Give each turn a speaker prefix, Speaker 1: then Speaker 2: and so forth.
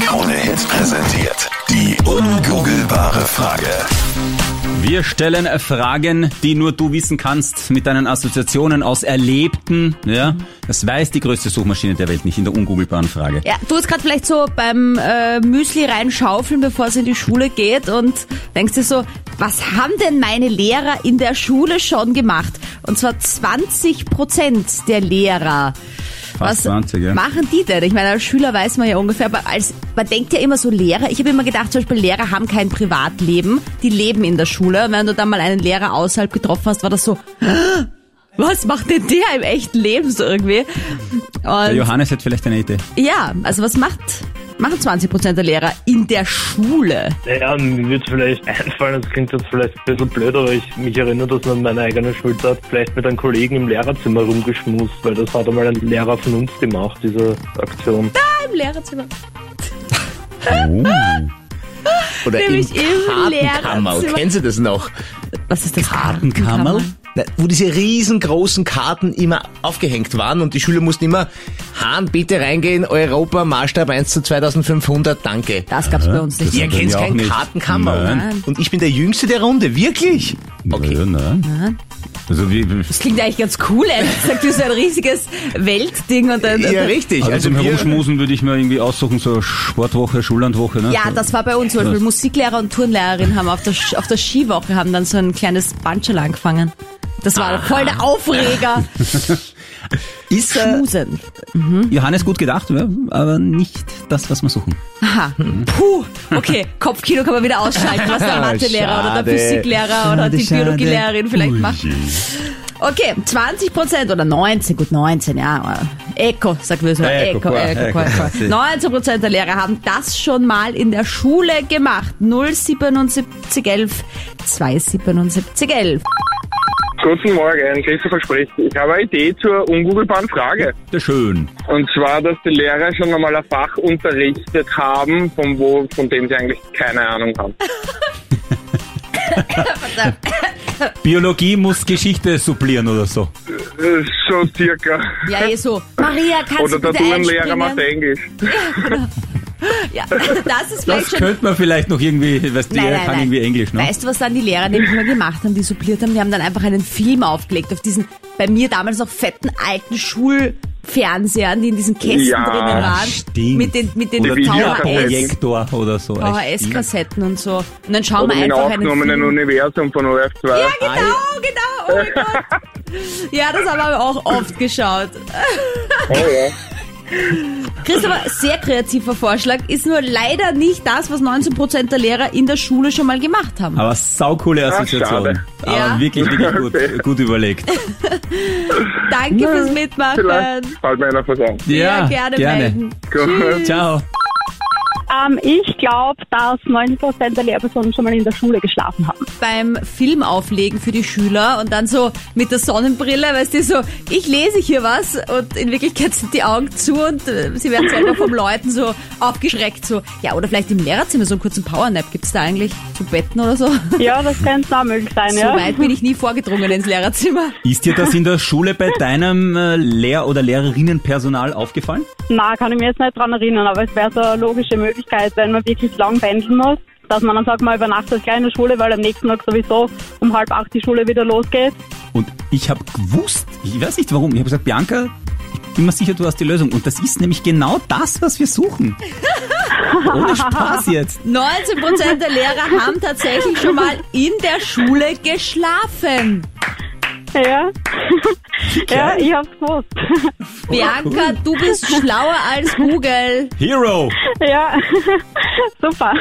Speaker 1: Krone Hits präsentiert. Die ungoogelbare Frage.
Speaker 2: Wir stellen äh, Fragen, die nur du wissen kannst, mit deinen Assoziationen aus Erlebten. Ja? Das weiß die größte Suchmaschine der Welt nicht in der ungoogelbaren Frage.
Speaker 3: Ja, du hast gerade vielleicht so beim äh, Müsli reinschaufeln, bevor es in die Schule geht und denkst dir so, was haben denn meine Lehrer in der Schule schon gemacht? Und zwar 20 Prozent der Lehrer.
Speaker 2: Fast
Speaker 3: Was
Speaker 2: 20, ja.
Speaker 3: machen die denn? Ich meine, als Schüler weiß man ja ungefähr, aber als, man denkt ja immer so Lehrer. Ich habe immer gedacht, zum Beispiel Lehrer haben kein Privatleben, die leben in der Schule. Und wenn du dann mal einen Lehrer außerhalb getroffen hast, war das so, "Ah, was macht denn der im echten Leben so irgendwie?
Speaker 2: Der
Speaker 3: Und
Speaker 2: Johannes hat vielleicht eine Idee.
Speaker 3: ja, also was macht, machen 20% der Lehrer in der Schule?
Speaker 4: Naja, mir wird vielleicht einfallen, das klingt jetzt vielleicht ein bisschen blöd, aber ich mich erinnere, dass man meine eigene Schulzeit vielleicht mit einem Kollegen im Lehrerzimmer rumgeschmust, weil das hat einmal ein Lehrer von uns gemacht, diese Aktion.
Speaker 3: Im Lehrerzimmer.
Speaker 2: Oh.
Speaker 5: Oder
Speaker 3: Nämlich im
Speaker 5: Kartenkammerl.
Speaker 3: Lehrerzimmer.
Speaker 5: Kennen Sie das noch?
Speaker 3: Was ist das?
Speaker 2: Kartenkammerl?
Speaker 5: Na, Wo diese riesengroßen Karten immer aufgehängt waren und die Schüler mussten immer, Hahn, bitte reingehen, Europa, Maßstab 1 zu 2500, danke.
Speaker 3: Das gab's bei uns nicht.
Speaker 5: Ihr kennt
Speaker 2: auch
Speaker 5: kein
Speaker 2: nicht.
Speaker 5: Kartenkammerl.
Speaker 3: Nein.
Speaker 5: Und ich bin der Jüngste der Runde, wirklich? Okay.
Speaker 2: Nö, nö. Also wie, also
Speaker 3: Das klingt eigentlich ganz cool, ehrlich gesagt. Das ist ein riesiges Weltding und dann.
Speaker 5: Ja, richtig. Also,
Speaker 2: zum
Speaker 5: wir,
Speaker 2: Herumschmusen würde ich mir irgendwie aussuchen, so Sportwoche, Schullandwoche. Ne?
Speaker 3: Ja, das war bei uns zum Beispiel. Musiklehrer und Turnlehrerin haben auf der, Sch- auf der Skiwoche haben dann so ein kleines Bandscherl angefangen. Das war voll der Aufreger.
Speaker 2: ist äh,
Speaker 3: Schmusen.
Speaker 2: Johannes gut gedacht, ja, aber nicht das, was wir suchen.
Speaker 3: Aha.
Speaker 2: Hm.
Speaker 3: Puh. Okay, Kopfkino kann man wieder ausschalten, was der Mathelehrer oder
Speaker 5: Schade.
Speaker 3: der Physiklehrer oder die
Speaker 2: Ah, Schade, schade.
Speaker 3: Biologielehrerin vielleicht macht. Okay, 20 Prozent oder 19, gut 19, ja. Eco, sagt wir so.
Speaker 2: Ja, Eco,
Speaker 3: Eco,
Speaker 2: klar,
Speaker 3: Eco,
Speaker 2: Eco, klar,
Speaker 3: Eco.
Speaker 2: sicher.
Speaker 3: 19 Prozent der Lehrer haben das schon mal in der Schule gemacht. 07711 27711.
Speaker 6: Guten Morgen, Christopher spricht. Ich habe eine Idee zur ungoogelbaren Frage.
Speaker 2: Sehr schön.
Speaker 6: Und zwar, dass die Lehrer schon einmal ein Fach unterrichtet haben, von, wo, von dem sie eigentlich keine Ahnung haben.
Speaker 2: Biologie muss Geschichte supplieren oder so.
Speaker 6: Äh, So circa.
Speaker 3: Ja, eh so. Maria, kannst
Speaker 6: Oder
Speaker 3: du
Speaker 6: der
Speaker 3: bitte
Speaker 6: Turnlehrer macht
Speaker 3: einspringen?
Speaker 6: Englisch.
Speaker 3: Ja, das ist
Speaker 2: Das
Speaker 3: vielleicht schon
Speaker 2: könnte man vielleicht noch irgendwie, weißt du,
Speaker 3: Nein,
Speaker 2: er
Speaker 3: nein,
Speaker 2: kann
Speaker 3: nein.
Speaker 2: irgendwie Englisch, ne?
Speaker 3: Weißt du, was dann die Lehrer nämlich immer gemacht haben, die suppliert haben? Die haben dann einfach einen Film aufgelegt auf diesen bei mir damals noch fetten alten Schulfernsehern, die in diesen Kästen
Speaker 6: Ja,
Speaker 3: drinnen waren.
Speaker 2: stimmt.
Speaker 3: Mit den, mit den
Speaker 2: oder
Speaker 6: die
Speaker 3: VHS,
Speaker 2: Projektor oder so. Echt, ja.
Speaker 3: VHS-Kassetten und so. Und dann schauen
Speaker 6: Oder
Speaker 3: wir
Speaker 6: im
Speaker 3: einfach einen
Speaker 6: aufgenommenen
Speaker 3: Film.
Speaker 6: Universum von OF2.
Speaker 3: Ja, genau, genau. Oh mein Gott. Ja, das haben wir auch oft geschaut.
Speaker 6: Oh,
Speaker 3: genau.
Speaker 6: ja.
Speaker 3: Christopher, sehr kreativer Vorschlag. Ist nur leider nicht das, was 19% der Lehrer in der Schule schon mal gemacht haben.
Speaker 2: Aber saukoole Assoziation.
Speaker 6: schade.
Speaker 2: Aber
Speaker 3: Ja.
Speaker 2: wirklich, wirklich gut, gut überlegt.
Speaker 3: Danke fürs Mitmachen.
Speaker 6: Vielleicht fällt mir einer was an.
Speaker 3: Ja, gerne, melden.
Speaker 6: Gut.
Speaker 2: Ciao.
Speaker 7: Ähm, ich glaube, dass 90% der Lehrpersonen schon mal in der Schule geschlafen haben.
Speaker 3: Beim Film auflegen für die Schüler und dann so mit der Sonnenbrille, weißt du, so, ich lese hier was und in Wirklichkeit sind die Augen zu und äh, sie werden selber vom Leuten so aufgeschreckt, so. Ja, oder vielleicht im Lehrerzimmer so einen kurzen Powernap gibt's da eigentlich zu Betten oder so.
Speaker 7: Ja, das könnte auch möglich sein, ja.
Speaker 3: So weit bin ich nie vorgedrungen ins Lehrerzimmer.
Speaker 2: Ist dir das in der Schule bei deinem äh, Lehr- oder Lehrerinnenpersonal aufgefallen?
Speaker 7: Na, kann ich mir jetzt nicht dran erinnern, aber es wäre so eine logische Möglichkeit, wenn man wirklich lang pendeln muss, dass man dann sagt, man übernachtet gleich in der Schule, weil am nächsten Tag sowieso um halb acht die Schule wieder losgeht.
Speaker 2: Und ich habe gewusst, ich weiß nicht warum, ich habe gesagt, Bianca, ich bin mir sicher, du hast die Lösung. Und das ist nämlich genau das, was wir suchen. Ohne Spaß jetzt.
Speaker 3: 19% der Lehrer haben tatsächlich schon mal in der Schule geschlafen.
Speaker 7: Ja, ja ich hab's gewusst.
Speaker 3: Bianca, du bist schlauer als Google.
Speaker 2: Hero!
Speaker 7: ja, super.